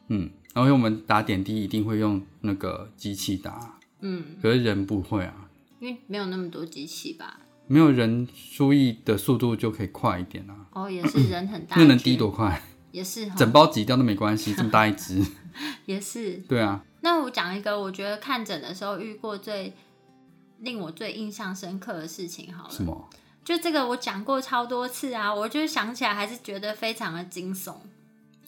Speaker 2: 嗯，然后因为我们打点滴一定会用那个机器打，
Speaker 1: 嗯，
Speaker 2: 可是人不会啊，
Speaker 1: 因为没有那么多机器吧？
Speaker 2: 没有人输液的速度就可以快一点啊，
Speaker 1: 哦，也 是人很大，
Speaker 2: 那能低，多快？
Speaker 1: 也是哈
Speaker 2: 整包挤掉都没关系，这么大一 只，
Speaker 1: 也是。
Speaker 2: 对啊，
Speaker 1: 那我讲一个我觉得看诊的时候遇过最令我最印象深刻的事情好了
Speaker 2: 什，么？
Speaker 1: 就这个我讲过超多次啊，我就是想起来还是觉得非常的惊悚。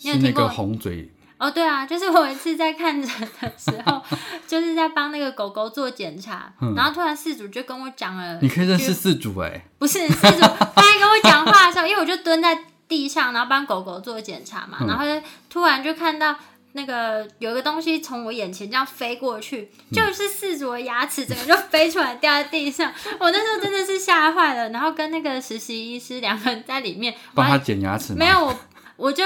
Speaker 1: 你有
Speaker 2: 是那
Speaker 1: 听过
Speaker 2: 个红嘴，
Speaker 1: 哦，对啊，就是我有一次在看诊的时候， 就是在帮那个狗狗做检查，然后突然事主就跟我讲了，
Speaker 2: 嗯你可以认识四主哎、
Speaker 1: 不是事主，他在跟我讲话的时候，因为我就蹲在地上，然后帮狗狗做检查嘛，
Speaker 2: 嗯
Speaker 1: 然后就突然就看到。那个有一个东西从我眼前这样飞过去，
Speaker 2: 嗯
Speaker 1: 就是四主的牙齿，整个就飞出来掉在地上。我那时候真的是吓坏了，然后跟那个实习医师两个人在里面，我
Speaker 2: 帮
Speaker 1: 还
Speaker 2: 他剪牙齿吗？
Speaker 1: 没有，我我就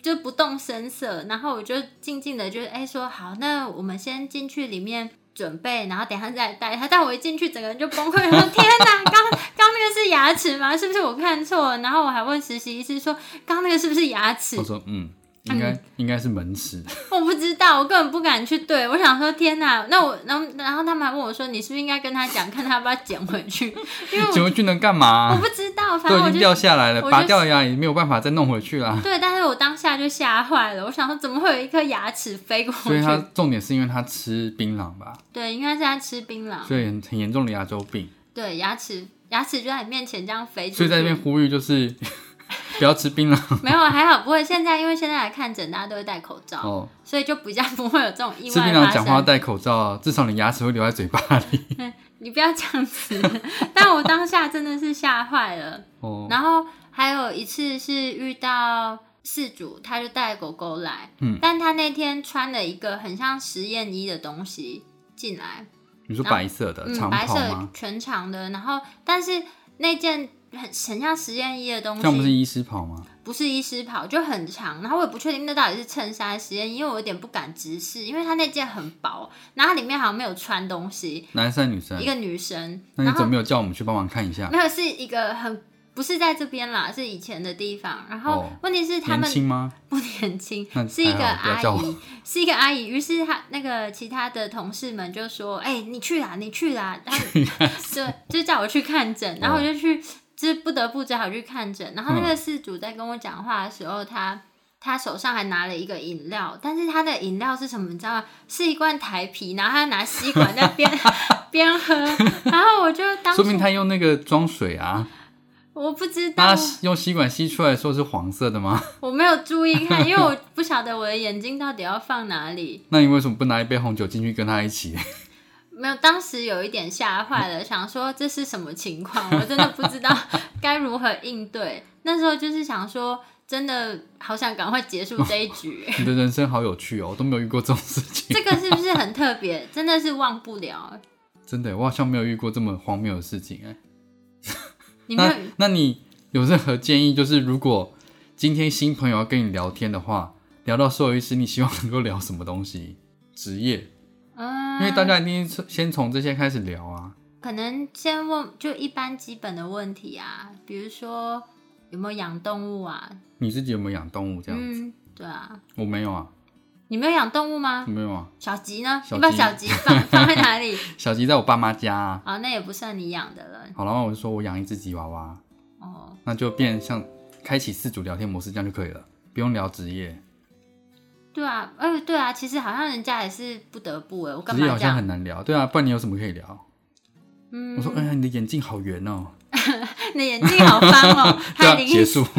Speaker 1: 就不动声色，然后我就静静的就哎、说好，那我们先进去里面准备，然后等一下再带他。但我一进去，整个人就崩溃，我说 天哪，刚刚那个是牙齿吗？是不是我看错了？然后我还问实习医师说，刚那个是不是牙齿
Speaker 2: 我？说嗯，应该、应该是门齿，
Speaker 1: 我不知道，我根本不敢去对。我想说，天哪！那我，然后，然后他们还问我说，你是不是应该跟他讲，看他要不要捡回去？因为
Speaker 2: 请
Speaker 1: 我
Speaker 2: 问去能干嘛、啊
Speaker 1: 我不知道，反正
Speaker 2: 都已
Speaker 1: 我
Speaker 2: 经
Speaker 1: 就
Speaker 2: 掉下来了，
Speaker 1: 我就
Speaker 2: 拔掉牙也没有办法再弄回去啦。
Speaker 1: 对，但是我当下就吓坏了，我想说怎么会有一颗牙齿飞过
Speaker 2: 所以他
Speaker 1: 去？
Speaker 2: 重点是因为他吃槟榔吧，
Speaker 1: 对，应该是在吃槟榔，
Speaker 2: 所以很很严重的牙周病。
Speaker 1: 对，牙齿牙齿就在你面前这样飞出去。
Speaker 2: 所以在这边呼吁就是 不要吃槟榔
Speaker 1: 没有啊还好，不会。现在因为现在来看诊，大家都会戴口罩，
Speaker 2: 哦，
Speaker 1: 所以就比较不会有这种意
Speaker 2: 吃
Speaker 1: 外
Speaker 2: 槟榔
Speaker 1: 发
Speaker 2: 讲话要
Speaker 1: 生。
Speaker 2: 戴口罩，至少你牙齿会留在嘴巴里。
Speaker 1: 你不要这样子，但我当下真的是吓坏了。
Speaker 2: 哦，
Speaker 1: 然后还有一次是遇到事主，他就带狗狗来，
Speaker 2: 嗯
Speaker 1: 但他那天穿了一个很像实验衣的东西进来，
Speaker 2: 你说白色的呃长
Speaker 1: 嗯，白
Speaker 2: 袍
Speaker 1: 色
Speaker 2: 吗？
Speaker 1: 全长的，然后但是那件很很像实验衣的东
Speaker 2: 这样不是
Speaker 1: 西，
Speaker 2: 医师袍吗？
Speaker 1: 不是医师袍，就很长，然后我也不确定那到底是衬衫还是实验衣，因为我有点不敢直视，因为它那件很薄，然后它里面好像没有穿东西，
Speaker 2: 男生还是女生
Speaker 1: 一？个女生，
Speaker 2: 嗯那
Speaker 1: 然
Speaker 2: 你怎么
Speaker 1: 后
Speaker 2: 没有叫我们去帮忙看一下？
Speaker 1: 没有是一个很。不是在这边啦，是以前的地方。然后
Speaker 2: 哦
Speaker 1: 问题是他
Speaker 2: 年
Speaker 1: 们
Speaker 2: 轻吗？
Speaker 1: 不年轻
Speaker 2: 那，
Speaker 1: 是一个
Speaker 2: 还好不要
Speaker 1: 阿
Speaker 2: 叫我
Speaker 1: 姨，是一个阿姨。于是她那个其他的同事们就说：“哎、你去啦，你去啦。”然后 就就叫我去看诊，然后我就去，就是不得不只好去看诊。然后
Speaker 2: 嗯
Speaker 1: 那个事主在跟我讲话的时候，他他手上还拿了一个饮料，但是他的饮料是什么？你知道吗？是一罐台啤，然后他拿吸管在 边边喝，然后我就当
Speaker 2: 说明
Speaker 1: 时
Speaker 2: 他用那个装水啊，
Speaker 1: 我不知道
Speaker 2: 那他用吸管吸出来的时候是黄色的吗？
Speaker 1: 我没有注意看，因为 我不晓得我的眼睛到底要放哪里。
Speaker 2: 那你为什么不拿一杯红酒进去跟他一起？
Speaker 1: 没有，当时有一点吓坏 了，想说这是什么情况，我真的不知道该如何应对。那时候就是想说，真的好想赶快结束这一局。
Speaker 2: 你的人生好有趣哦，我都没有遇过这种事情。
Speaker 1: 这个是不是很特别？真的是忘不了。
Speaker 2: 真的，我好像没有遇过这么荒谬的事情哎。
Speaker 1: 你没有
Speaker 2: 那那你有任何建议？就是如果今天新朋友要跟你聊天的话，聊到兽医师，你希望能够聊什么东西？ 职业，
Speaker 1: 嗯，
Speaker 2: 因为大家一定是先从这些开始聊啊。
Speaker 1: 可能先问就一般基本的问题啊，比如说有没有养动物啊？
Speaker 2: 你自己有没有养动物这样子？
Speaker 1: 嗯，对啊，
Speaker 2: 我没有啊，
Speaker 1: 你没有养动物吗
Speaker 2: 我？没有啊。
Speaker 1: 小吉呢？
Speaker 2: 小
Speaker 1: 你把
Speaker 2: 吉
Speaker 1: 小吉放放在哪 里？
Speaker 2: 小吉在我爸妈家、啊。
Speaker 1: 哦，那也不算你养的了。
Speaker 2: 好了，那我就说我养一只吉娃娃，
Speaker 1: 哦，
Speaker 2: 那就变像开启四组聊天模式这样就可以了，不用聊职业。
Speaker 1: 对啊，哎、对啊，其实好像人家也是不得不哎，我干
Speaker 2: 职业
Speaker 1: 嘛
Speaker 2: 好
Speaker 1: 这
Speaker 2: 像
Speaker 1: 样？
Speaker 2: 很难聊，对啊，不然你有什么可以聊？
Speaker 1: 嗯，
Speaker 2: 我说，哎、呀，你的眼镜好圆哦。
Speaker 1: 你的眼睛好方 哦，
Speaker 2: 对
Speaker 1: 他
Speaker 2: 啊，
Speaker 1: 已
Speaker 2: 结
Speaker 1: 经
Speaker 2: 束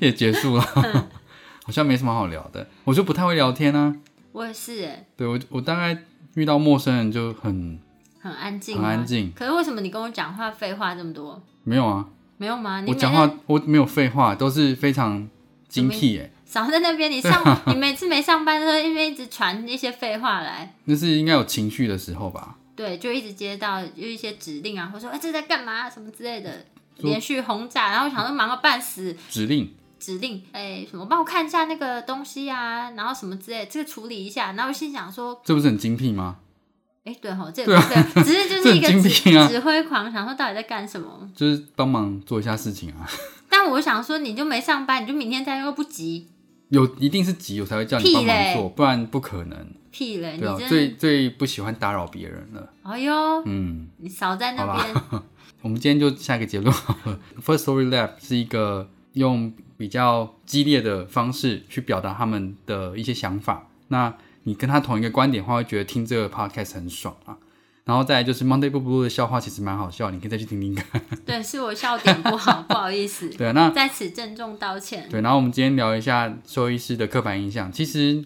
Speaker 2: 也结束了， 好像没什么好聊的。我就不太会聊天啊，
Speaker 1: 我也是哎，
Speaker 2: 对我我大概遇到陌生人就很
Speaker 1: 很安静，
Speaker 2: 很安。静，
Speaker 1: 可是为什么你跟我讲话废话这么多？
Speaker 2: 没有啊，
Speaker 1: 没有吗？你
Speaker 2: 我
Speaker 1: 每
Speaker 2: 讲
Speaker 1: 天
Speaker 2: 话我没有废话，都是非常精
Speaker 1: 嗯
Speaker 2: 辟欸诶、
Speaker 1: 少在那边，你
Speaker 2: 啊
Speaker 1: 上你每次没上班的时候，因为一直传一些废话来，
Speaker 2: 那是应该有情绪的时候吧？
Speaker 1: 对，就一直接到有一些指令啊，或者说哎、这在干嘛、啊、什么之类的，
Speaker 2: 说
Speaker 1: 连续轰炸，然后我想说忙个半死，
Speaker 2: 指令
Speaker 1: 指令哎、什么帮我看一下那个东西啊，然后什么之类，这个处理一下，然后我心想说
Speaker 2: 这不是很精辟吗？
Speaker 1: 哎、对哈，这也
Speaker 2: 对啊
Speaker 1: 不对，只是就
Speaker 2: 这
Speaker 1: 是
Speaker 2: 很
Speaker 1: 一个
Speaker 2: 精
Speaker 1: 指、
Speaker 2: 辟啊
Speaker 1: 指挥狂，想说到底在干什么？
Speaker 2: 就是帮忙做一下事情啊，
Speaker 1: 但我想说，你就没上班，你就明天再又不急，
Speaker 2: 有一定是急我才会叫你帮
Speaker 1: 屁
Speaker 2: 忙
Speaker 1: 嘞
Speaker 2: 做，不然不可能。
Speaker 1: 屁嘞！你
Speaker 2: 对啊，
Speaker 1: 真
Speaker 2: 最
Speaker 1: 的，
Speaker 2: 最不喜欢打扰别人了。
Speaker 1: 哎呦，
Speaker 2: 嗯，
Speaker 1: 你少在
Speaker 2: 好
Speaker 1: 那边
Speaker 2: 啦，我们今天就下一个结论好了。First Story Lab 是一个用比较激烈的方式去表达他们的一些想法。那你跟他同一个观点的话，会觉得听这个 podcast 很爽啊。然后再来就是 Monday Blue Blue 的笑话，其实蛮好笑，你可以再去听听看。
Speaker 1: 对，是我笑点不好，不好意思，
Speaker 2: 对啊，那
Speaker 1: 在此郑重道歉。
Speaker 2: 对，然后我们今天聊一下兽医师的刻板印象。其实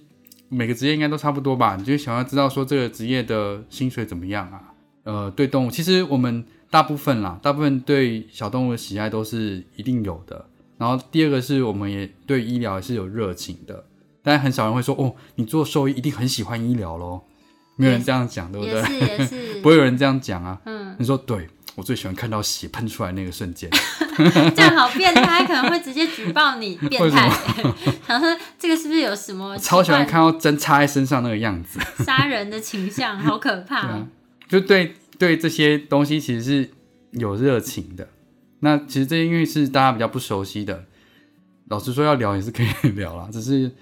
Speaker 2: 每个职业应该都差不多吧，你就想要知道说这个职业的薪水怎么样啊？呃，对动物，其实我们大部分啦，大部分对小动物的喜爱都是一定有的。然后第二个是我们也对医疗也是有热情的，但很少人会说哦，你做兽医一定很喜欢医疗咯。没有人这样讲，对不
Speaker 1: 也
Speaker 2: 对？
Speaker 1: 是也是
Speaker 2: 不，会有人这样讲啊。
Speaker 1: 嗯，
Speaker 2: 你说对，我最喜欢看到血喷出来那个瞬间。
Speaker 1: 这样好变态，可能会直接举报你变
Speaker 2: 为什么
Speaker 1: 态。想说这个是不是有什么
Speaker 2: 我超喜欢
Speaker 1: 奇
Speaker 2: 看到针插在身上那个样子。
Speaker 1: 怪杀人的倾向，好可怕
Speaker 2: 对啊
Speaker 1: 哦。，
Speaker 2: 就对对这些东西其实是有热情的。那其实这些因为是大家比较不熟悉的，老实说要聊也是可以聊啦， 只是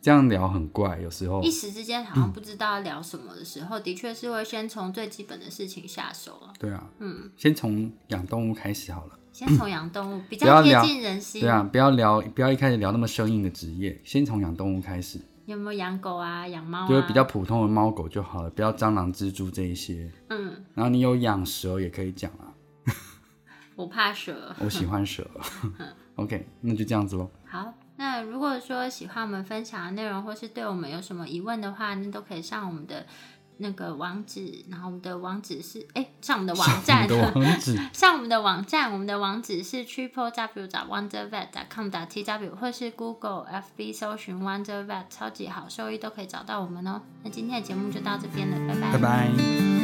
Speaker 2: 这样聊很怪，有时候
Speaker 1: 一时之间好
Speaker 2: 嗯
Speaker 1: 像不知道要聊什么的时候，的确是会先从最基本的事情下手啊。
Speaker 2: 对啊，
Speaker 1: 嗯，
Speaker 2: 先从养动物开始好了。
Speaker 1: 先从养动物比
Speaker 2: 不
Speaker 1: 较
Speaker 2: 要
Speaker 1: 贴
Speaker 2: 聊
Speaker 1: 近人心
Speaker 2: 对。啊，不要聊，不要一开始聊那么生硬的职业，先从养动物开始，
Speaker 1: 有没有养狗啊？养猫啊？
Speaker 2: 就是比较普通的猫狗就好了，不要蟑螂、蜘蛛这一些。
Speaker 1: 嗯，
Speaker 2: 然后你有养蛇也可以讲啊，
Speaker 1: 我怕蛇。
Speaker 2: 我喜 欢蛇。OK，那就这样子喽。
Speaker 1: 好，那如果说喜欢我们分享的内容，或是对我们有什么疑问的话，那都可以上我们的那个网址，然后我们的网址是哎、上我们的网站
Speaker 2: 你，的网址
Speaker 1: 上我们的网站，我们的网址是 triple w wonder vet com t w 或是 Google FB 搜寻 wonder vet 超级好兽医都可以找到我们哦。那今天的节目就到这边了，拜拜
Speaker 2: 拜拜。